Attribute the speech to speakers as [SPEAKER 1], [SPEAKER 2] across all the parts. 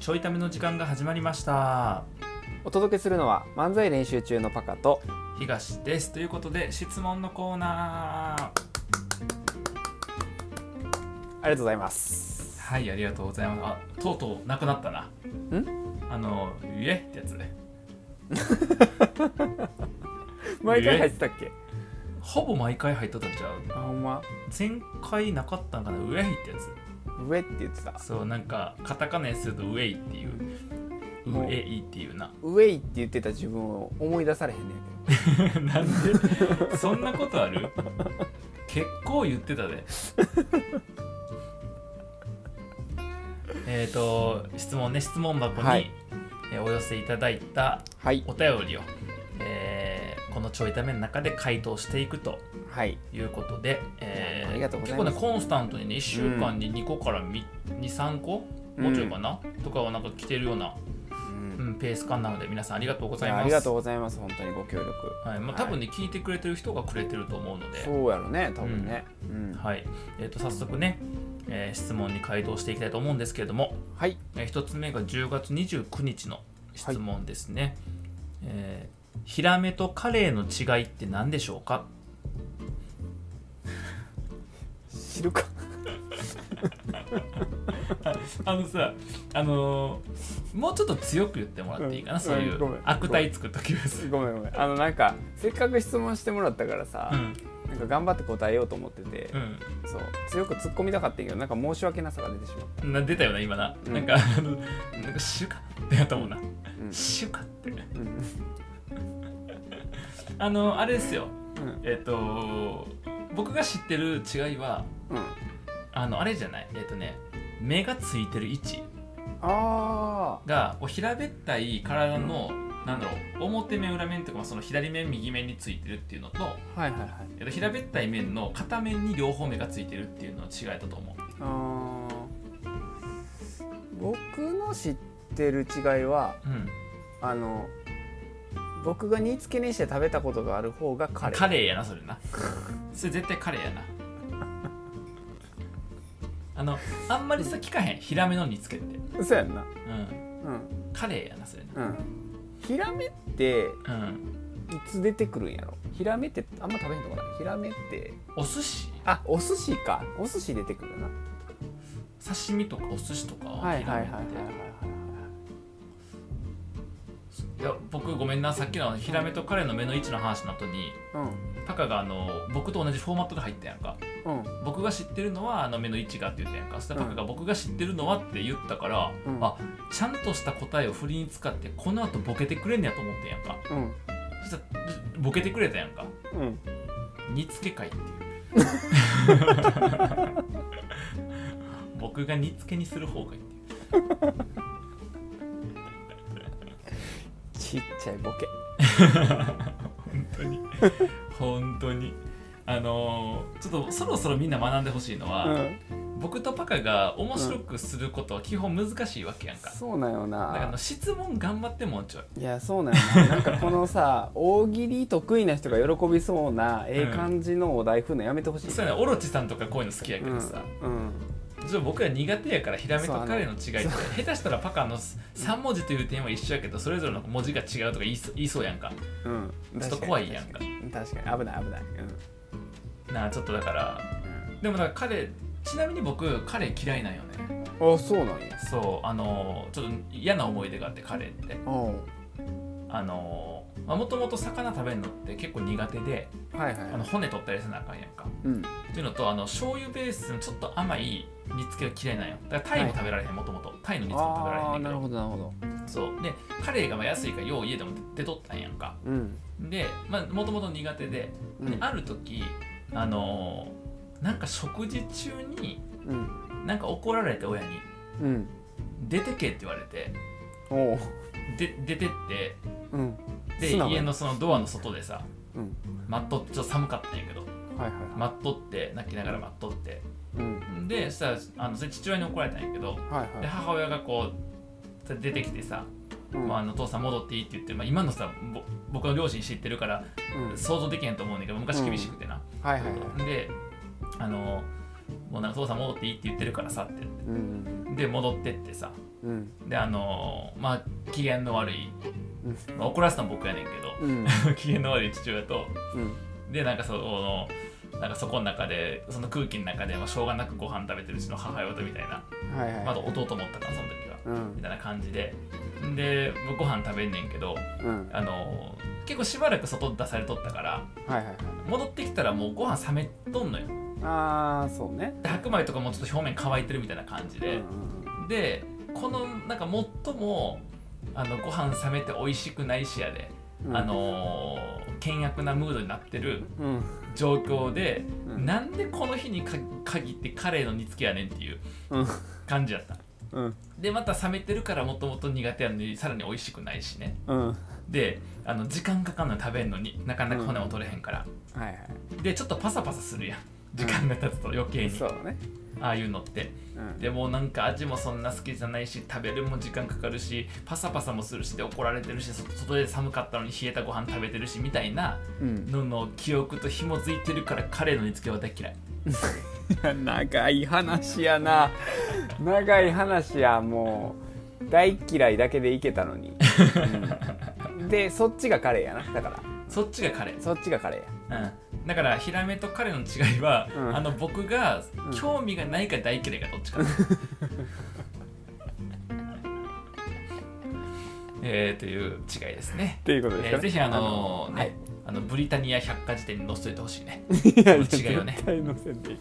[SPEAKER 1] ちょいための時間が始まりました
[SPEAKER 2] お届けするのは漫才練習中のパカと
[SPEAKER 1] 東ですということで質問のコーナ
[SPEAKER 2] ありがとうございます
[SPEAKER 1] ーはいありがとうございますあとうとうなくなったなんあの「ゆえ」ってやつ
[SPEAKER 2] 毎回入ってたっけ
[SPEAKER 1] ほぼ毎回入っとったんちゃう
[SPEAKER 2] あほんま
[SPEAKER 1] 前回なかったんかな「ウェイ」ってや
[SPEAKER 2] 上って言ってた
[SPEAKER 1] つそうなんかカタカナにすると「ウェイ」っていう「ウ
[SPEAKER 2] もう
[SPEAKER 1] ェイ」っていうな
[SPEAKER 2] 上いって言ってた自分を思い出されへんねんけ
[SPEAKER 1] なんで そんなことある結構言ってたで えっと質問ね質問箱に、
[SPEAKER 2] はい
[SPEAKER 1] えーお寄せいただいた
[SPEAKER 2] どはい
[SPEAKER 1] お便りを、えーこのちょいための中で回答していくと
[SPEAKER 2] はい
[SPEAKER 1] いうことで、えー
[SPEAKER 2] ありがとうござい
[SPEAKER 1] 結
[SPEAKER 2] ま
[SPEAKER 1] 構
[SPEAKER 2] す
[SPEAKER 1] ねコンスタントにね1週間に2個から23個
[SPEAKER 2] うん
[SPEAKER 1] もうちょいかな、とかはなんか来てるような、
[SPEAKER 2] うん
[SPEAKER 1] うん、ペース感なので皆さんありがとうございます
[SPEAKER 2] ありがとうございます本当にご協力
[SPEAKER 1] はいまあ、多分ね、聞いてくれてる人がくれてると思うので
[SPEAKER 2] そうやろね多分ねうん
[SPEAKER 1] はいえー、と早速ね、えー質問に回答していきたいと思うんですけれども、
[SPEAKER 2] はい
[SPEAKER 1] え1つ目が10月29日の質問ですね、えーヒラメとカレイの違いって何でしょうか
[SPEAKER 2] 知るか
[SPEAKER 1] あのさあのーもうちょっと強く言ってもらっていいかな、
[SPEAKER 2] うん
[SPEAKER 1] そうい
[SPEAKER 2] うんごめ
[SPEAKER 1] うん悪態つく時はさ
[SPEAKER 2] ごめんごめんあのなんかせっかく質問してもらったからさ
[SPEAKER 1] うん
[SPEAKER 2] なんか頑張って答えようと思ってて
[SPEAKER 1] う
[SPEAKER 2] そう強く突っ込みたかったんやけどなんか申し訳なさが出てしまった
[SPEAKER 1] んな出たよな今な、
[SPEAKER 2] うん
[SPEAKER 1] なんかあのなんかシュカってやったもんな、
[SPEAKER 2] うん
[SPEAKER 1] シュカって
[SPEAKER 2] うん
[SPEAKER 1] あのあれですよ
[SPEAKER 2] うん
[SPEAKER 1] えっ、と僕が知ってる違いは
[SPEAKER 2] うん
[SPEAKER 1] あのあれじゃないえっ、とね目がついてる位置
[SPEAKER 2] あ
[SPEAKER 1] がこう平べったい体の、なんだろう表面裏面とかまあその左面右面についてるっていうのと、
[SPEAKER 2] あはいはいはい
[SPEAKER 1] えっと、平べったい面の片面に両方目がついてるっていうのの違いだと思う
[SPEAKER 2] あー僕の知ってる違いは
[SPEAKER 1] うん、
[SPEAKER 2] あの僕が煮付けにして食べたことがある方がカレー
[SPEAKER 1] カレーやなそれなそれ絶対カレーやなあのあんまりさ聞かへんヒラメの煮つけって、
[SPEAKER 2] そうやんな
[SPEAKER 1] うん、
[SPEAKER 2] うん
[SPEAKER 1] カレーやなそれな
[SPEAKER 2] うんヒラメってい
[SPEAKER 1] うん
[SPEAKER 2] つ出てくるんやろヒラメってあんま食べへんとこないヒラメって
[SPEAKER 1] お寿司
[SPEAKER 2] あお寿司かお寿司出てくるよな
[SPEAKER 1] 刺身とかお寿司とか
[SPEAKER 2] はいはいはいはい
[SPEAKER 1] ヒラ
[SPEAKER 2] は
[SPEAKER 1] メ
[SPEAKER 2] い
[SPEAKER 1] って
[SPEAKER 2] はい
[SPEAKER 1] いや僕ごめんなさっきのヒラメとカレーの目の位置の話の後に
[SPEAKER 2] はい
[SPEAKER 1] タカがあの僕と同じフォーマットで入ったやんか
[SPEAKER 2] うんうん
[SPEAKER 1] 僕が知ってるのはあの目の位置がって言ったやんかそしたらタカが僕が知ってるのはって言ったから、
[SPEAKER 2] うん
[SPEAKER 1] あちゃんとした答えを振りに使ってこの後ボケてくれんねやと思ってんやんか
[SPEAKER 2] うん
[SPEAKER 1] そしたらボケてくれたやんか
[SPEAKER 2] うん
[SPEAKER 1] 煮つけ会 っていう僕が煮つけにする方がいいっていう
[SPEAKER 2] ちっちゃいボケ
[SPEAKER 1] 本当に本当にあのーちょっとそろそろみんな学んでほしいのは、
[SPEAKER 2] うん
[SPEAKER 1] 僕とパカが面白くすることは基本難しいわけやんか、
[SPEAKER 2] そうなんよ
[SPEAKER 1] だからあ
[SPEAKER 2] な
[SPEAKER 1] の質問頑張ってもうちょい
[SPEAKER 2] いやそうなんよななんかこのさ 大喜利得意な人が喜びそうなえ
[SPEAKER 1] う
[SPEAKER 2] え
[SPEAKER 1] ん
[SPEAKER 2] 感じのお題振るのやめてほしい、
[SPEAKER 1] そうやなオロチさんとかこういうの好きやけ
[SPEAKER 2] う
[SPEAKER 1] ど
[SPEAKER 2] ん
[SPEAKER 1] さ、
[SPEAKER 2] うん
[SPEAKER 1] ちょっと僕ら苦手やからヒラメとカレーの違い
[SPEAKER 2] そ
[SPEAKER 1] っ
[SPEAKER 2] う
[SPEAKER 1] て下手したらパカの3文字という点は一緒やけどそれぞれの文字が違うとか言いそう言いそうやんか
[SPEAKER 2] うん
[SPEAKER 1] ちょっと怖いやんか
[SPEAKER 2] 確かに確かに危ない危ない
[SPEAKER 1] なあちょっとだからでもだからカレーちなみに僕カレー嫌いなんよね
[SPEAKER 2] うん、うん、あそうなんや
[SPEAKER 1] そうあのーちょっと嫌な思い出があってカレーって
[SPEAKER 2] お
[SPEAKER 1] あのもともと魚食べるのって結構苦手で
[SPEAKER 2] はいはい
[SPEAKER 1] あの骨取ったりせなあかんやんか
[SPEAKER 2] うん
[SPEAKER 1] っていうのとあの醤油ベースのちょっと甘い煮つけが嫌いなんよだからタイも食べられへんもともとタイの煮つけも食べられへん
[SPEAKER 2] あ
[SPEAKER 1] ねん
[SPEAKER 2] あ
[SPEAKER 1] け
[SPEAKER 2] なる
[SPEAKER 1] ど
[SPEAKER 2] ほどなるほど
[SPEAKER 1] そうでカレーがまあ安いからよう家でも出とったんやんか
[SPEAKER 2] うん
[SPEAKER 1] でもともと苦手で,、
[SPEAKER 2] うん
[SPEAKER 1] である時あのーなんか食事中に
[SPEAKER 2] うん
[SPEAKER 1] なんか怒られて親に
[SPEAKER 2] うん
[SPEAKER 1] 「出てけ」って言われて
[SPEAKER 2] おう
[SPEAKER 1] で出てって
[SPEAKER 2] うん
[SPEAKER 1] で
[SPEAKER 2] 素直や
[SPEAKER 1] 家のそのドアの外でさ
[SPEAKER 2] うん
[SPEAKER 1] 待っとってちょっと寒かったんやけど
[SPEAKER 2] はいはいはい
[SPEAKER 1] 待っとって泣きながら待っとって
[SPEAKER 2] うん
[SPEAKER 1] でそしたらあのそれ父親に怒られたんやけど
[SPEAKER 2] はい
[SPEAKER 1] で
[SPEAKER 2] はい
[SPEAKER 1] 母親がこう出てきてさ「
[SPEAKER 2] うん
[SPEAKER 1] まあ、あの父さん戻っていい」って言って、まあ、今のさぼ僕の両親知ってるから
[SPEAKER 2] うん
[SPEAKER 1] 想像できへんと思うねんだけど昔厳しくてな、
[SPEAKER 2] はいはいはい
[SPEAKER 1] であのもうなんか父さん戻っていいって言ってるからさって言っ
[SPEAKER 2] うん
[SPEAKER 1] てで戻ってってさ
[SPEAKER 2] うん
[SPEAKER 1] であのーまあ機嫌の悪い、
[SPEAKER 2] うん
[SPEAKER 1] まあ、怒らせたの僕やねんけど、
[SPEAKER 2] うん
[SPEAKER 1] 機嫌の悪い父親と
[SPEAKER 2] うん
[SPEAKER 1] でなんかそのなんかそこの中でその空気の中で、まあ、しょうがなくご飯食べてるうちの母親とみたいな、
[SPEAKER 2] はいはい
[SPEAKER 1] まだ弟もおったからその時は
[SPEAKER 2] うん
[SPEAKER 1] みたいな感じでで僕ご飯食べんねんけど
[SPEAKER 2] うん
[SPEAKER 1] あのー結構しばらく外出されとったから
[SPEAKER 2] はいはいはい
[SPEAKER 1] 戻ってきたらもうご飯冷めとんのよ
[SPEAKER 2] ああそうね
[SPEAKER 1] で白米とかもちょっと表面乾いてるみたいな感じ
[SPEAKER 2] う
[SPEAKER 1] で、
[SPEAKER 2] ん
[SPEAKER 1] でこのなんか最もあのご飯冷めて美味しくないしやで、
[SPEAKER 2] うんうん
[SPEAKER 1] あのー険悪なムードになってる
[SPEAKER 2] うん
[SPEAKER 1] 状況で、
[SPEAKER 2] うん
[SPEAKER 1] なんでこの日にか限ってカレーの煮付けやねんっていう
[SPEAKER 2] うん
[SPEAKER 1] 感じやった
[SPEAKER 2] うん
[SPEAKER 1] でまた冷めてるからもともと苦手やのにさらに美味しくないしね
[SPEAKER 2] うんはい
[SPEAKER 1] であの時間かかんの食べんのになかなか骨も取れへんから、
[SPEAKER 2] はい
[SPEAKER 1] でちょっとパサパサするやん時間が経つと余計に、
[SPEAKER 2] そうね
[SPEAKER 1] ああいうのって
[SPEAKER 2] うん
[SPEAKER 1] でもうなんか味もそんな好きじゃないし食べるも時間かかるしパサパサもするしで怒られてるしそ外で寒かったのに冷えたご飯食べてるしみたいな
[SPEAKER 2] うん
[SPEAKER 1] のの記憶と紐づいてるからカレーの煮付けは大嫌い
[SPEAKER 2] いや長い話やな長い話やもう大嫌いだけでいけたのに、うんでそっちがカレーやなだから
[SPEAKER 1] そっちがカレー
[SPEAKER 2] そっちがカレーや
[SPEAKER 1] うん、だからヒラメと彼の違いは、
[SPEAKER 2] うん
[SPEAKER 1] あの僕が
[SPEAKER 2] ん
[SPEAKER 1] 興味がないか大嫌いかどっちかな えーという違いですね
[SPEAKER 2] っていうことです
[SPEAKER 1] え
[SPEAKER 2] か
[SPEAKER 1] ー
[SPEAKER 2] ね
[SPEAKER 1] ぜひあのね、
[SPEAKER 2] はい
[SPEAKER 1] あのブリタニア百科事典に載せといてほしい ね
[SPEAKER 2] いや
[SPEAKER 1] 違うよね
[SPEAKER 2] 絶対載せていい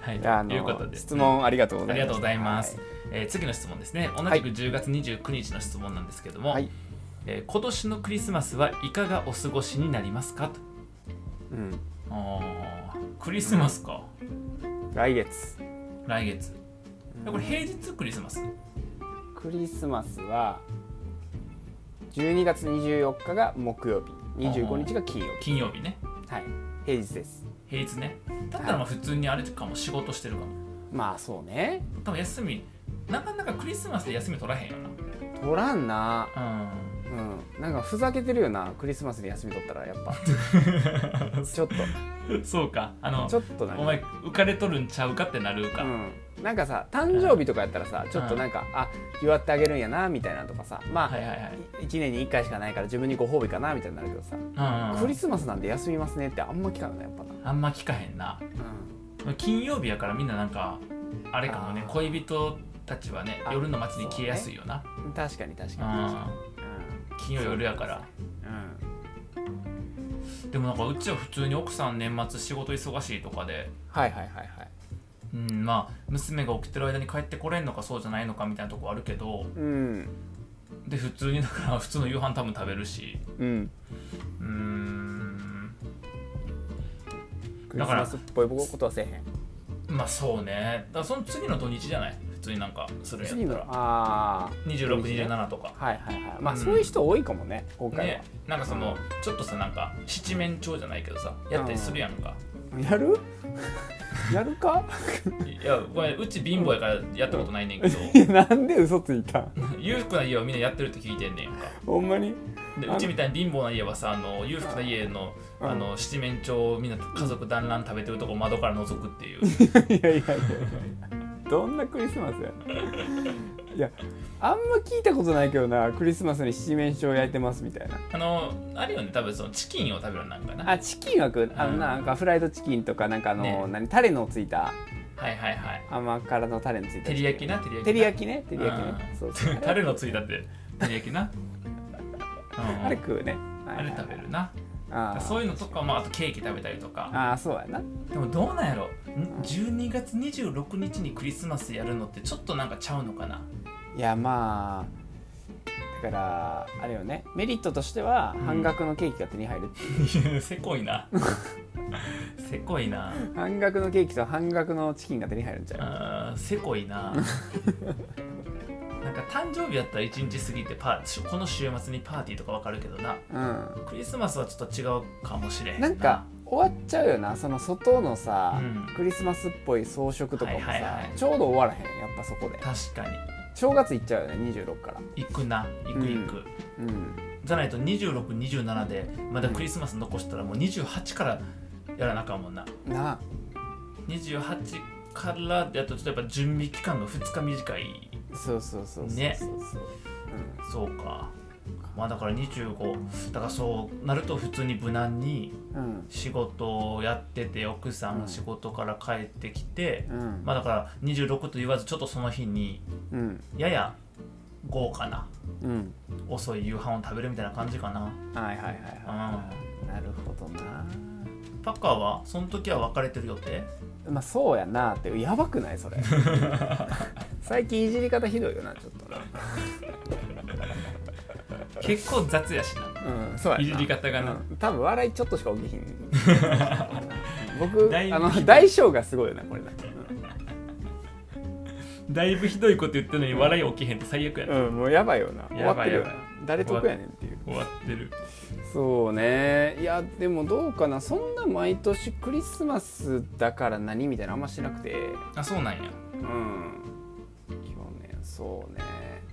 [SPEAKER 1] はい
[SPEAKER 2] いやあ
[SPEAKER 1] というこ
[SPEAKER 2] の
[SPEAKER 1] とで
[SPEAKER 2] 質問ありがとうございます
[SPEAKER 1] ありがとうございます、
[SPEAKER 2] は
[SPEAKER 1] えー次の質問ですね同
[SPEAKER 2] は
[SPEAKER 1] じ
[SPEAKER 2] い
[SPEAKER 1] く10月29日の質問なんですけども、
[SPEAKER 2] はい
[SPEAKER 1] えー今年のクリスマスはいかがお過ごしになりますかと
[SPEAKER 2] うん、
[SPEAKER 1] あークリスマスか、
[SPEAKER 2] 来月
[SPEAKER 1] 来月
[SPEAKER 2] うん
[SPEAKER 1] これ平日クリスマス
[SPEAKER 2] クリスマスは12月24日が木曜日25日が金曜
[SPEAKER 1] 金曜日ね
[SPEAKER 2] 日はい平日です
[SPEAKER 1] 平日ねだったらまあ普通にあれかも仕事してるかも
[SPEAKER 2] まあそうね
[SPEAKER 1] 多分休みなかなかクリスマスで休み取らへんよ
[SPEAKER 2] 取らんな
[SPEAKER 1] な
[SPEAKER 2] うん、なんかふざけてるよなクリスマスで休み取ったらやっぱちょっと
[SPEAKER 1] うんそうか あの
[SPEAKER 2] ちょっとなんか
[SPEAKER 1] お前浮かれとるんちゃうかってなるか、
[SPEAKER 2] うん、なんかさ誕生日とかやったらさちょっとなんか、あ祝ってあげるんやなみたいなとかさまあ、
[SPEAKER 1] はいはいはい
[SPEAKER 2] 1年に1回しかないから自分にご褒美かなみたいになるけどさ、
[SPEAKER 1] うんうん
[SPEAKER 2] ク
[SPEAKER 1] う
[SPEAKER 2] リ
[SPEAKER 1] ん
[SPEAKER 2] スマスなんで休みますねってあんま聞かないなやっぱな、
[SPEAKER 1] あんま聞かへんな金曜日やからみんななんかあれかもね
[SPEAKER 2] あー
[SPEAKER 1] 恋人たちはね
[SPEAKER 2] あ
[SPEAKER 1] 夜の街に消えやすいよな、
[SPEAKER 2] うん、確かに確
[SPEAKER 1] う
[SPEAKER 2] かに確か
[SPEAKER 1] ん金曜夜やから
[SPEAKER 2] にうん、
[SPEAKER 1] でもなんかうちは普通に奥さん年末仕事忙しいとかで
[SPEAKER 2] はいはいはいはい
[SPEAKER 1] うん、まあ娘が起きてる間に帰ってこれんのかそうじゃないのかみたいなとこあるけど
[SPEAKER 2] うん
[SPEAKER 1] で普通にだから 普通の夕飯多分食べるし
[SPEAKER 2] うん
[SPEAKER 1] うーん
[SPEAKER 2] クリスマスっぽいことはせえへん
[SPEAKER 1] まあそうねだからその次の土日じゃない普通になんかするん
[SPEAKER 2] 次
[SPEAKER 1] やっ
[SPEAKER 2] の
[SPEAKER 1] たら
[SPEAKER 2] あ
[SPEAKER 1] 2627とか
[SPEAKER 2] あはいはいはいまあ、
[SPEAKER 1] うん
[SPEAKER 2] そういう人多いかもね今回は、
[SPEAKER 1] ねなんかそのちょっとさなんか七面鳥じゃないけどさやったりするやんか
[SPEAKER 2] やる やるか
[SPEAKER 1] いやごめんうち貧乏やからやったことないねんけ ど
[SPEAKER 2] なんで嘘ついたん
[SPEAKER 1] 裕福な家はみんなやってるって聞いてんねんか
[SPEAKER 2] ほんまに
[SPEAKER 1] で
[SPEAKER 2] あ
[SPEAKER 1] う
[SPEAKER 2] の
[SPEAKER 1] ちみたいに貧乏な家はさあの裕福な家の
[SPEAKER 2] うん
[SPEAKER 1] あの七面鳥をみんな家族団らん食べてるとこ窓から覗くって いう
[SPEAKER 2] いやいやいやどんなクリスマスやいやあんま聞いたことないけどなクリスマスに七面鳥焼いてますみたいな
[SPEAKER 1] あのあるよね多分そのチキンを食べるなんかなはい
[SPEAKER 2] あチキンは食うあのななんかフライドチキンとかなんかあの、
[SPEAKER 1] ね
[SPEAKER 2] 何タレのついた
[SPEAKER 1] はいはい
[SPEAKER 2] 甘辛のタレのついた
[SPEAKER 1] 照り焼きな照り焼きな
[SPEAKER 2] 照り焼きね照り焼きね
[SPEAKER 1] うん
[SPEAKER 2] そうそう
[SPEAKER 1] タレのついたって照り焼きな、うん
[SPEAKER 2] あれ食うねはい
[SPEAKER 1] あれ食べるな
[SPEAKER 2] あー
[SPEAKER 1] そういうのとか、まあ、あとケーキ食べたりとか
[SPEAKER 2] あーそうやな
[SPEAKER 1] でもどうなんやろん12月26日にクリスマスやるのってちょっとなんかちゃうのかない
[SPEAKER 2] やまあだからあれよねメリットとしては
[SPEAKER 1] ん
[SPEAKER 2] 半額のケーキが手に入る、
[SPEAKER 1] いやせこい なせこいな
[SPEAKER 2] 半額のケーキと半額のチキンが手に入るんちゃう
[SPEAKER 1] あーせこいななんか誕生日やったら1日過ぎてパーこの週末にパーティーとかわかるけどな
[SPEAKER 2] うん
[SPEAKER 1] クリスマスはちょっと違うかもしれへん
[SPEAKER 2] なんか終わっちゃうよなその外のさ、
[SPEAKER 1] うん
[SPEAKER 2] クリスマスっぽい装飾とか
[SPEAKER 1] は
[SPEAKER 2] もさ、
[SPEAKER 1] いはいはい
[SPEAKER 2] ちょうど終わらへんやっぱそこで
[SPEAKER 1] 確か
[SPEAKER 2] 正月行っちゃうよね26から
[SPEAKER 1] に行くな行く行く、
[SPEAKER 2] うん
[SPEAKER 1] じゃないと2627でまだクリスマス残したらもう28からやらなあかんもんな
[SPEAKER 2] なあ
[SPEAKER 1] 28からだとちょっとやっぱ準備期間が2日短い
[SPEAKER 2] そうそうそうそうそう
[SPEAKER 1] ね
[SPEAKER 2] そうそう
[SPEAKER 1] そうかまあだから25だからそうなると普通に無難に
[SPEAKER 2] うん
[SPEAKER 1] 仕事をやってて奥さん
[SPEAKER 2] うん
[SPEAKER 1] 仕事から帰ってきて、
[SPEAKER 2] うん
[SPEAKER 1] まあだから26と言わずちょっとその日に
[SPEAKER 2] うん
[SPEAKER 1] やや豪華な
[SPEAKER 2] うん
[SPEAKER 1] 遅い夕飯を食べるみたいな感じかな
[SPEAKER 2] はいはいはいは
[SPEAKER 1] う
[SPEAKER 2] いなるほどな
[SPEAKER 1] パッカーはその時は別れてる予定
[SPEAKER 2] まあそうやなってやばくな いそれ最近いじり方ひどいよなちょっとな
[SPEAKER 1] 結構雑やしな
[SPEAKER 2] うんそうやない
[SPEAKER 1] じり方がな
[SPEAKER 2] うん多分笑いちょっとしか起きひん うん僕
[SPEAKER 1] だいぶ
[SPEAKER 2] あ
[SPEAKER 1] ひど
[SPEAKER 2] の
[SPEAKER 1] い
[SPEAKER 2] 大小がすごいよなこ れな
[SPEAKER 1] だいぶひどいこと言ってるのに笑い起きへんって最悪やな、
[SPEAKER 2] うんもうやばいよな終わ
[SPEAKER 1] や
[SPEAKER 2] っ
[SPEAKER 1] ば
[SPEAKER 2] て
[SPEAKER 1] い
[SPEAKER 2] る
[SPEAKER 1] やば
[SPEAKER 2] よ
[SPEAKER 1] い
[SPEAKER 2] な誰得やねんっていう
[SPEAKER 1] 終わってる
[SPEAKER 2] そうねいやでもどうかなそんな毎年クリスマスだから何みたいなのあんましなくて
[SPEAKER 1] あそうなんや
[SPEAKER 2] うん去年そうね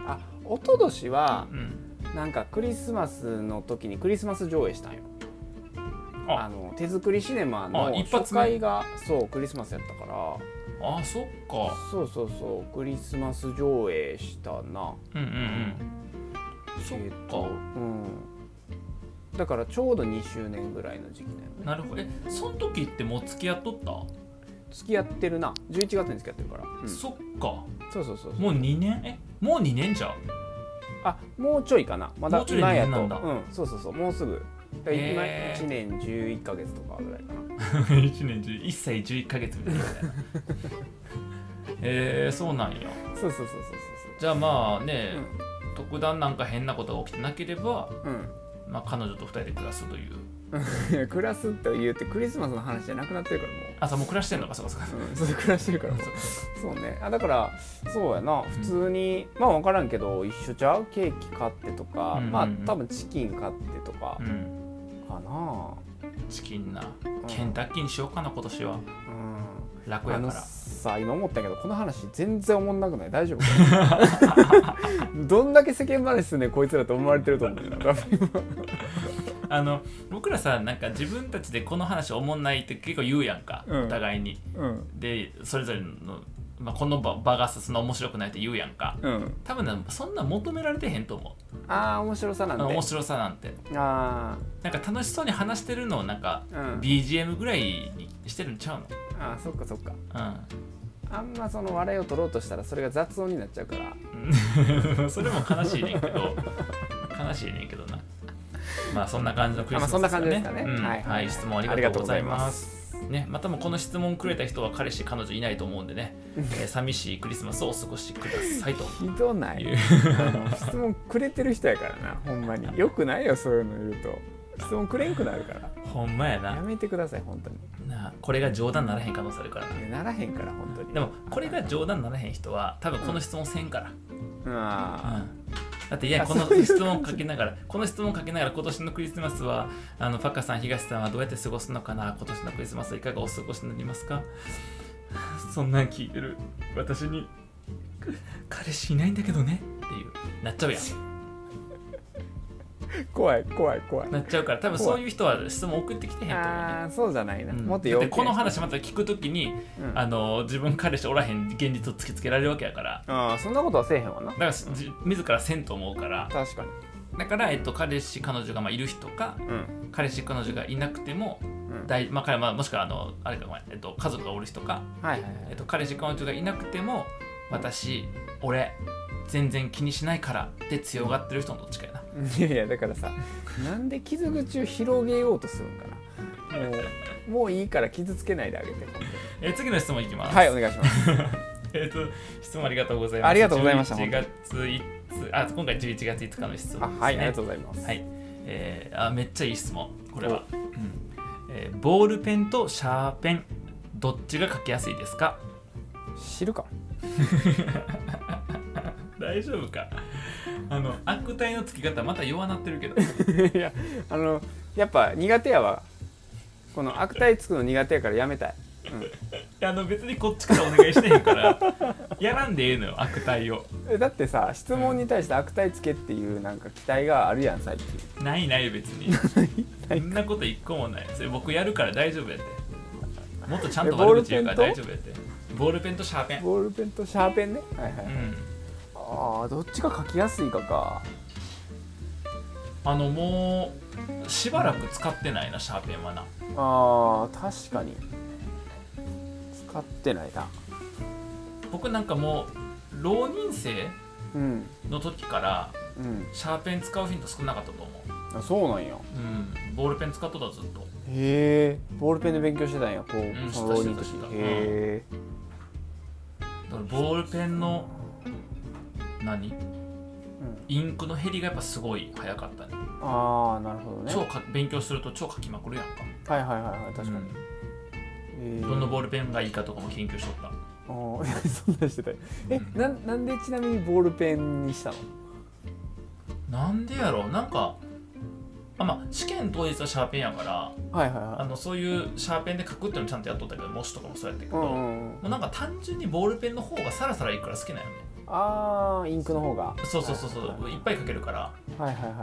[SPEAKER 2] あ一昨年は
[SPEAKER 1] うん
[SPEAKER 2] なんかクリスマスの時にクリスマス上映したんよあ
[SPEAKER 1] あ
[SPEAKER 2] の手作りシネマ
[SPEAKER 1] あ
[SPEAKER 2] の
[SPEAKER 1] 一
[SPEAKER 2] 初
[SPEAKER 1] 発目
[SPEAKER 2] 回がそうクリスマスやったから
[SPEAKER 1] あそっか
[SPEAKER 2] そうそうそうクリスマス上映したな
[SPEAKER 1] うんうんうんそっ
[SPEAKER 2] えっ
[SPEAKER 1] か
[SPEAKER 2] とうんだからちょうど2周年ぐらいの時期だよね
[SPEAKER 1] なるほどえその時ってもう付き合っとった、
[SPEAKER 2] 付き合ってるな11月に付き合ってるから、うんそ
[SPEAKER 1] そ
[SPEAKER 2] う
[SPEAKER 1] っか
[SPEAKER 2] そうそうそう
[SPEAKER 1] もう2年えもう2年じゃん
[SPEAKER 2] あもうちょいかなまだ
[SPEAKER 1] もうちょいで
[SPEAKER 2] や
[SPEAKER 1] 二年
[SPEAKER 2] と
[SPEAKER 1] なんだ
[SPEAKER 2] うんそうそうそうもうすぐだから今
[SPEAKER 1] へー
[SPEAKER 2] 1年11か月とかぐらいかな
[SPEAKER 1] 1年中1歳11ヶ月みたいな えー、そうなんや
[SPEAKER 2] そうそうそうそう
[SPEAKER 1] じゃあまあね、
[SPEAKER 2] そう
[SPEAKER 1] 特段なんか変なことが起きてなければ、
[SPEAKER 2] そううん
[SPEAKER 1] まあ、彼女と2人で暮らすという
[SPEAKER 2] うん暮らすって言うてクリスマスの話じゃなくなってるからもう
[SPEAKER 1] あそうもう暮らしてんのかそうかそうか
[SPEAKER 2] うん、そう暮らしてるからもう
[SPEAKER 1] そうかそ
[SPEAKER 2] そうねあだからそうやな普通に、まあ分からんけど一緒ちゃうケーキ買ってとか、
[SPEAKER 1] うんうんうん
[SPEAKER 2] まあ多分チキン買ってとか
[SPEAKER 1] うかうん
[SPEAKER 2] かな、
[SPEAKER 1] チキンな
[SPEAKER 2] うん
[SPEAKER 1] ケンタッキーにしようかな今年は楽
[SPEAKER 2] うん、あ
[SPEAKER 1] や
[SPEAKER 2] の
[SPEAKER 1] から
[SPEAKER 2] さ今思ったけどこの話全然おもんなくない大丈夫かな どんだけ世間話すんねんこいつらと思われてると思うんだよな多分
[SPEAKER 1] あの僕らさなんか自分たちでこの話おもんないって結構言うやんか、
[SPEAKER 2] うん
[SPEAKER 1] お互いに
[SPEAKER 2] うん
[SPEAKER 1] でそれぞれの、まあ、この場場がさそんな面白くないって言うやんか
[SPEAKER 2] うん、
[SPEAKER 1] 多分なそんな求められてへんと思う
[SPEAKER 2] ああ面白さな
[SPEAKER 1] あ
[SPEAKER 2] ん
[SPEAKER 1] の
[SPEAKER 2] で
[SPEAKER 1] 面白さなんて
[SPEAKER 2] あ
[SPEAKER 1] なんか楽しそうに話してるのをなんか、
[SPEAKER 2] ー、うん、
[SPEAKER 1] BGM ぐらいにしてるんちゃうの
[SPEAKER 2] あーそっかそっか
[SPEAKER 1] う
[SPEAKER 2] あんまその笑いを取ろうとしたらそれが雑音になっちゃうから
[SPEAKER 1] ん それも悲しいねんけど悲しいねんけどなまあそんな感じのクリス
[SPEAKER 2] ま
[SPEAKER 1] マ
[SPEAKER 2] あ
[SPEAKER 1] ス
[SPEAKER 2] そんな感じですかね。
[SPEAKER 1] うんはい、質問ありがとうございます。ね、またもこの質問くれた人は彼氏彼女いないと思うんでね、えー寂しいクリスマスをお過ごしくださいと
[SPEAKER 2] ひどない
[SPEAKER 1] いう
[SPEAKER 2] あの質問くれてる人やからな、ほんまに。よくないよ、そういうの言うと。質問くれんくなるから。
[SPEAKER 1] ほんまや
[SPEAKER 2] や
[SPEAKER 1] な
[SPEAKER 2] めてください、本当に。
[SPEAKER 1] なあこれが冗談ならへん可能性あるからない
[SPEAKER 2] やならへんから、本当に。
[SPEAKER 1] でもこれが冗談ならへん人は多分この質問せんから、
[SPEAKER 2] あ
[SPEAKER 1] だっていや
[SPEAKER 2] あ
[SPEAKER 1] この
[SPEAKER 2] そういう
[SPEAKER 1] 質問をかけながらこの質問をかけながら今年のクリスマスはあのパカさん東さんはどうやって過ごすのかな今年のクリスマスはいかがお過ごしになりますかそんなん聞いてる私にく彼氏いないんだけどねっていうなっちゃうやん
[SPEAKER 2] ー怖い、怖い、怖い。
[SPEAKER 1] なっちゃうから多分そういう人は質問送ってきてへんと思うね
[SPEAKER 2] ああ、そうじゃないな。
[SPEAKER 1] うん
[SPEAKER 2] もっと
[SPEAKER 1] だ
[SPEAKER 2] よ
[SPEAKER 1] ってこの話また聞くときに、
[SPEAKER 2] うん
[SPEAKER 1] あの自分彼氏おらへん現実を突きつけられるわけやから
[SPEAKER 2] あーそんなことはせえへんわな
[SPEAKER 1] だ。からじ自らせんと思うから
[SPEAKER 2] 確かに。
[SPEAKER 1] だから、えっと、彼氏彼女がまあいる人か
[SPEAKER 2] うん。
[SPEAKER 1] 彼氏彼女がいなくても
[SPEAKER 2] うん
[SPEAKER 1] 大、まあ彼まあ、もしくはあのあれかごめん、えっと、家族がおる人か、
[SPEAKER 2] はいはいは
[SPEAKER 1] えっ
[SPEAKER 2] い。
[SPEAKER 1] と、彼氏彼女がいなくても私俺全然気にしないからって強がってる人のどっちかやな
[SPEAKER 2] いやいや、だからさ、なんで傷口を広げようとするんかな。もう、もういいから傷つけないであげて。本当に
[SPEAKER 1] えー次の質問いきます、
[SPEAKER 2] はい、お願いします。
[SPEAKER 1] えっと質問ありがとうございます
[SPEAKER 2] ありがとうございました
[SPEAKER 1] 11月1あ今回11月5日の質問
[SPEAKER 2] あ
[SPEAKER 1] です、ね、
[SPEAKER 2] はい、ありがとうございます。
[SPEAKER 1] はい、えーあめっちゃいい質問これは、うんえーボールペンとシャーペンどっちが書きやすいですか
[SPEAKER 2] 知るか。
[SPEAKER 1] 大丈夫かあの悪態のつき方また弱なってるけど
[SPEAKER 2] いやあのやっぱ苦手やわこの悪態つくの苦手やからやめたい
[SPEAKER 1] あの別にこっちからお願いしてへんからやらんでええのよ悪態を
[SPEAKER 2] えだってさ質問に対して悪態つけっていうなんか期待があるやん最近
[SPEAKER 1] ないない別にそんなこと一個もないそれ僕やるから大丈夫やってもっとちゃんと
[SPEAKER 2] えボー
[SPEAKER 1] 悪
[SPEAKER 2] ル
[SPEAKER 1] 口言うから
[SPEAKER 2] ペン
[SPEAKER 1] 大
[SPEAKER 2] と
[SPEAKER 1] 丈夫やってボールペンとシャーペン
[SPEAKER 2] ボールペンとシャーペンね、はいは
[SPEAKER 1] う
[SPEAKER 2] い、
[SPEAKER 1] ん
[SPEAKER 2] ああどっちが書きやすいかか
[SPEAKER 1] あのもうしばらく使ってないなシャーペンはな
[SPEAKER 2] あー確かに使ってないな
[SPEAKER 1] 僕なんかもう浪人生
[SPEAKER 2] うん
[SPEAKER 1] の時から
[SPEAKER 2] うん
[SPEAKER 1] シャーペン使う頻度少なかったと思う
[SPEAKER 2] あそうなんや
[SPEAKER 1] うんボールペン使っとったずっと
[SPEAKER 2] へえボールペンで勉強してたんやこう、
[SPEAKER 1] ん
[SPEAKER 2] その浪人の
[SPEAKER 1] し
[SPEAKER 2] 時
[SPEAKER 1] たしたした
[SPEAKER 2] へえ
[SPEAKER 1] だからボールペンの何インクの減りがやっぱすごい早かったね
[SPEAKER 2] ああなるほどね
[SPEAKER 1] 超か勉強すると超書きまくるやんか
[SPEAKER 2] はいはいはいはい確かに、え
[SPEAKER 1] うんどのボールペンがいいかとかも研究しとった
[SPEAKER 2] あーそんな んしてたえななんでちなみにボールペンにしたの
[SPEAKER 1] なんでやろうなんかあまあ試験当日はシャーペンやから
[SPEAKER 2] はいはい
[SPEAKER 1] あ
[SPEAKER 2] は
[SPEAKER 1] のそういうシャーペンで書くっていうのちゃんとやっとったけど模試とかもそうやったけ
[SPEAKER 2] いう
[SPEAKER 1] ど、
[SPEAKER 2] んう
[SPEAKER 1] も
[SPEAKER 2] んうん
[SPEAKER 1] うなんか単純にボールペンの方がサラサラいくから好きなんよね
[SPEAKER 2] ああインクの方が
[SPEAKER 1] そうそうそうそう、
[SPEAKER 2] はい
[SPEAKER 1] いっぱい書けるから
[SPEAKER 2] はいはいはいはい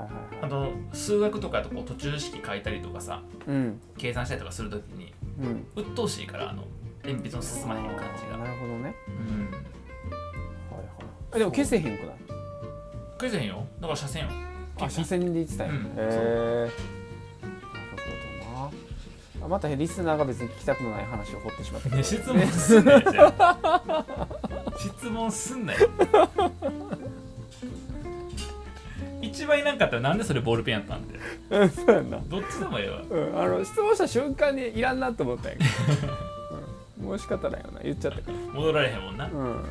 [SPEAKER 1] あ
[SPEAKER 2] は
[SPEAKER 1] の
[SPEAKER 2] い
[SPEAKER 1] 数学とかやとこう途中式書いたりとかさ
[SPEAKER 2] うん
[SPEAKER 1] 計算したりとかするときに
[SPEAKER 2] うん
[SPEAKER 1] 鬱陶しいからあの鉛筆の進まへん感じ
[SPEAKER 2] あー
[SPEAKER 1] が
[SPEAKER 2] なるほどね
[SPEAKER 1] うん
[SPEAKER 2] はいはいえでも消せへんくない
[SPEAKER 1] クイズへんよだから斜線よ
[SPEAKER 2] あ車線で言ってたんや、
[SPEAKER 1] うん
[SPEAKER 2] へえなるほどなあまたリスナーが別に聞きたくもない話を掘ってしま ったけど
[SPEAKER 1] ね質問すんなよじゃあ 質問すんなよ一番いなかったらなんでそれボールペンやったんで
[SPEAKER 2] うんそうやんな、
[SPEAKER 1] どっちでもええわ
[SPEAKER 2] うん、あの質問した瞬間にいらんなと思ったんやけど、うん、もう仕方ないよな言っちゃったか
[SPEAKER 1] 戻られへんもんな、
[SPEAKER 2] らうん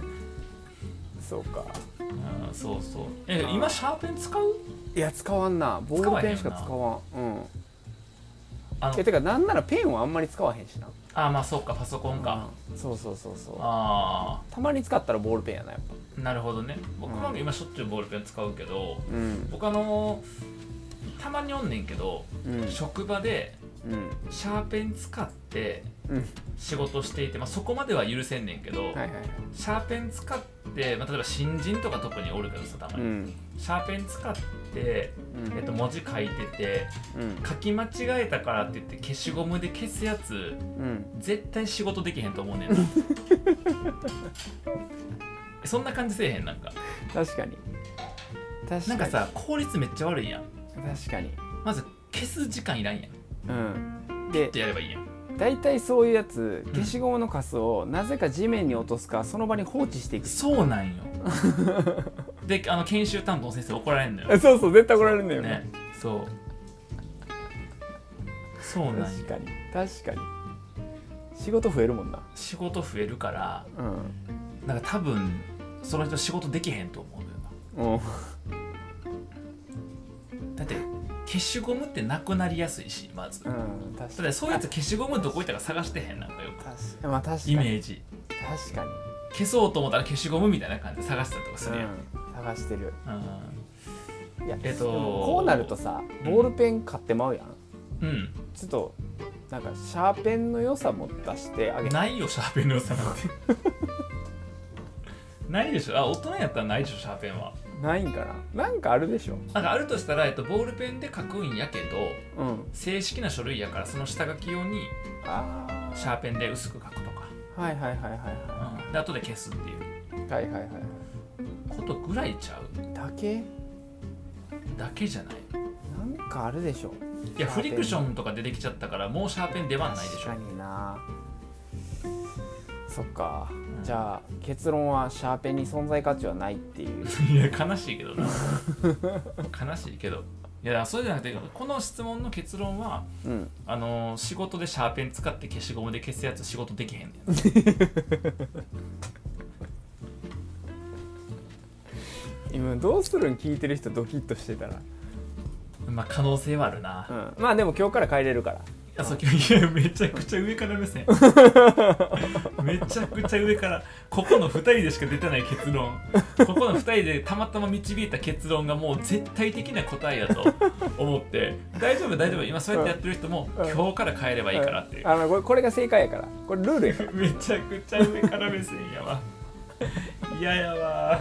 [SPEAKER 2] そうか
[SPEAKER 1] あーそうそうえ今シャーペン使う
[SPEAKER 2] いや使わんなボールペンしか使
[SPEAKER 1] 使
[SPEAKER 2] わんうん
[SPEAKER 1] あの
[SPEAKER 2] えてかなんならペンはあんまり使わへんしな
[SPEAKER 1] あーまあそうかパソコンか、
[SPEAKER 2] うんそうそうそうそう
[SPEAKER 1] あ
[SPEAKER 2] たまに使ったらボールペンやなやっぱ
[SPEAKER 1] あなるほどね僕
[SPEAKER 2] うん
[SPEAKER 1] も今しょっちゅうボールペン使うけど
[SPEAKER 2] うん
[SPEAKER 1] 僕あのたまにおんねんけど
[SPEAKER 2] うん
[SPEAKER 1] 職場で
[SPEAKER 2] うん
[SPEAKER 1] シャーペン使って
[SPEAKER 2] うん
[SPEAKER 1] 仕事していて、まあ、そこまでは許せんねんけど、
[SPEAKER 2] はいはいはい
[SPEAKER 1] シャーペン使って、まあ、例えば新人とか特におるけどさたま
[SPEAKER 2] う
[SPEAKER 1] に、
[SPEAKER 2] ん
[SPEAKER 1] シャーペン使って、
[SPEAKER 2] うん
[SPEAKER 1] えっと、文字書いてて
[SPEAKER 2] うん
[SPEAKER 1] 書き間違えたからって言って消しゴムで消すやつ
[SPEAKER 2] うん
[SPEAKER 1] 絶対仕事できへんと思うねん なそんな感じせえへんなんか
[SPEAKER 2] 確かに確
[SPEAKER 1] なんかさ効率めっちゃ悪いやん
[SPEAKER 2] 確かに
[SPEAKER 1] まず消す時間いらんやん
[SPEAKER 2] うんで
[SPEAKER 1] ってやればいいやん
[SPEAKER 2] 大体そういうやつ消しゴムのカスをなぜか地面に落とすかその場に放置していく
[SPEAKER 1] そうなん よであの研修担当の先生怒られんのよ
[SPEAKER 2] そうそう絶対怒られるんだよ
[SPEAKER 1] ねそうそうなん
[SPEAKER 2] 確
[SPEAKER 1] よ
[SPEAKER 2] かに確かに仕事増えるもんな
[SPEAKER 1] 仕事増えるから
[SPEAKER 2] うん
[SPEAKER 1] なんか多分その人仕事できへんと思うんだよな
[SPEAKER 2] うん
[SPEAKER 1] だって消しゴムってなくなりやすいしまずだ
[SPEAKER 2] うん確
[SPEAKER 1] ってそういうやつ消しゴムどこ行ったか探してへんなんかよ
[SPEAKER 2] 確かまあ確か
[SPEAKER 1] くイメ
[SPEAKER 2] に
[SPEAKER 1] ージ
[SPEAKER 2] 確かに
[SPEAKER 1] 消そうと思ったら消しゴムみたいな感じで探してたりとかするやん、
[SPEAKER 2] うん探してるいや
[SPEAKER 1] えっと
[SPEAKER 2] でもこうなるとさボールペン買ってまうやん
[SPEAKER 1] うん、
[SPEAKER 2] ちょっとなんかシャーペンの良さも出してあ
[SPEAKER 1] うん、
[SPEAKER 2] げて
[SPEAKER 1] ないよシャーペンの良さ なんてないでしょあ大人やったらないでしょシャーペンは
[SPEAKER 2] ないんかななんかあるでしょ
[SPEAKER 1] なんかあるとしたら、えっと、ボールペンで書くんやけど
[SPEAKER 2] うん
[SPEAKER 1] 正式な書類やからその下書き用に
[SPEAKER 2] ああ
[SPEAKER 1] シャーペンで薄く書くと
[SPEAKER 2] はいはいはいはい
[SPEAKER 1] か、うん、で後で消すっていう
[SPEAKER 2] はいはいはいはい
[SPEAKER 1] ことぐらいちゃう
[SPEAKER 2] だけ
[SPEAKER 1] だけじゃない
[SPEAKER 2] なんかあるでしょ
[SPEAKER 1] いやフリクションとか出てきちゃったからもうシャーペン出番ないでしょ
[SPEAKER 2] 確かになそっか、
[SPEAKER 1] うん
[SPEAKER 2] じゃあ結論はシャーペンに存在価値はないっていう
[SPEAKER 1] いや悲しいけどな悲しいけどいやそうじゃなくてこの質問の結論は
[SPEAKER 2] うん
[SPEAKER 1] あのー仕事でシャーペン使って消しゴムで消すやつ仕事できへんねん
[SPEAKER 2] 今どうするん聞いてる人ドキッとしてたら、
[SPEAKER 1] まあ可能性はあるな、い
[SPEAKER 2] うん、まあでも今日から帰れるから
[SPEAKER 1] やそういやめちゃくちゃ上から目 線めちゃくちゃ上からここの2人でしか出てない結論ここの2人でたまたま導いた結論がもう絶対的な答えだと思って大丈夫大丈夫今そうやってやってる人も
[SPEAKER 2] うん
[SPEAKER 1] 今日から帰ればいいからっていう
[SPEAKER 2] あのこれこれが正解やからこれルールやから
[SPEAKER 1] めちゃくちゃ上から目線やわ嫌やわ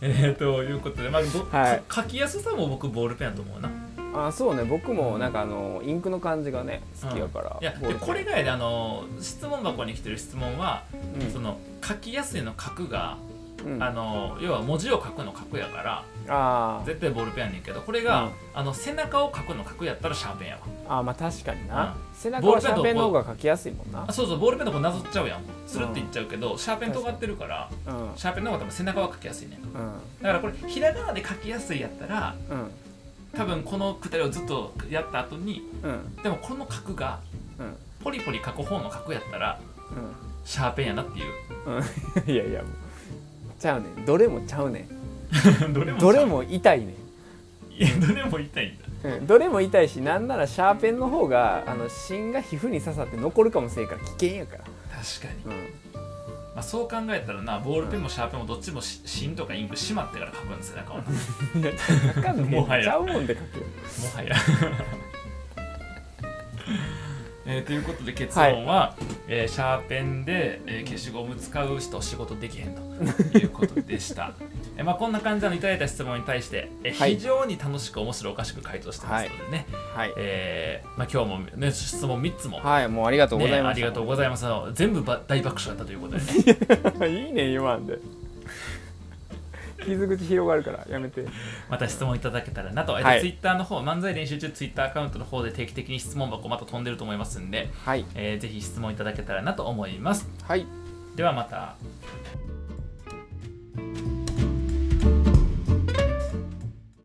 [SPEAKER 1] えー、ということで、まあど
[SPEAKER 2] はい
[SPEAKER 1] か書きやすさも僕ボールペンやと思うな
[SPEAKER 2] あそうね僕もなんかあのインクの感じがね好きやから、
[SPEAKER 1] いやでこれぐらいであの質問箱に来てる質問は、
[SPEAKER 2] うん
[SPEAKER 1] その書きやすいの角が、
[SPEAKER 2] うん
[SPEAKER 1] あの要は文字を書くの角やから
[SPEAKER 2] あー
[SPEAKER 1] 絶対ボールペンやねんけどこれが、
[SPEAKER 2] うん
[SPEAKER 1] あの背中を書くの角やったらシャーペンやわ
[SPEAKER 2] あーまあ確かにな、
[SPEAKER 1] う
[SPEAKER 2] 背中はシャーペンの方が書きやすいもんな
[SPEAKER 1] あそうそうボールペンのこうなぞっちゃうやんつるっていっちゃうけど、シャーペン尖ってるから
[SPEAKER 2] うんうん
[SPEAKER 1] シャーペンの方が多分背中は書きやすいねんだ
[SPEAKER 2] うん
[SPEAKER 1] からこれひらがなで書きやすいやったら多分このくだりをずっとやった後に
[SPEAKER 2] うん
[SPEAKER 1] でもこの角が
[SPEAKER 2] うん
[SPEAKER 1] ポリポリ書く方の角やったら
[SPEAKER 2] うん
[SPEAKER 1] シャーペンやなっていう
[SPEAKER 2] うん いやいやもうちゃうねんどれもちゃうねん
[SPEAKER 1] どれも
[SPEAKER 2] どれも痛いねん
[SPEAKER 1] いやどれも痛いんだ
[SPEAKER 2] うんどれも痛いしなんならシャーペンの方があの芯が皮膚に刺さって残るかもしれんから危険やから、
[SPEAKER 1] 確かに、
[SPEAKER 2] う
[SPEAKER 1] まあ、そう考えたらなボールペンもシャーペンもどっちもし芯とかインク閉まってから書くんですよ中をなも
[SPEAKER 2] ん、いや書かんで
[SPEAKER 1] もはや
[SPEAKER 2] ちゃうもんで書くよ
[SPEAKER 1] はや えーということで結論は、えーシャーペンで、えー消しゴム使う人仕事できへん ということでしたえーまあ、こんな感じのいただいた質問に対して、えー
[SPEAKER 2] はい
[SPEAKER 1] 非常に楽しく面白おかしく回答してますのでね、
[SPEAKER 2] はい、
[SPEAKER 1] えーまあ、今日も、ね、質問3つも、
[SPEAKER 2] はい、もうありがとうござい
[SPEAKER 1] ねあ
[SPEAKER 2] まし
[SPEAKER 1] り
[SPEAKER 2] た、
[SPEAKER 1] がとうございます全部ば大爆笑だったということでね
[SPEAKER 2] いいね言わんで傷口広がるからやめて
[SPEAKER 1] また質問いただけたらなと、
[SPEAKER 2] は
[SPEAKER 1] はいい、ツイッターの方漫才練習中ツイッターアカウントの方で定期的に質問箱また飛んでると思いますんで、
[SPEAKER 2] はい
[SPEAKER 1] えーぜひ質問いただけたらなと思います
[SPEAKER 2] はい
[SPEAKER 1] ではまた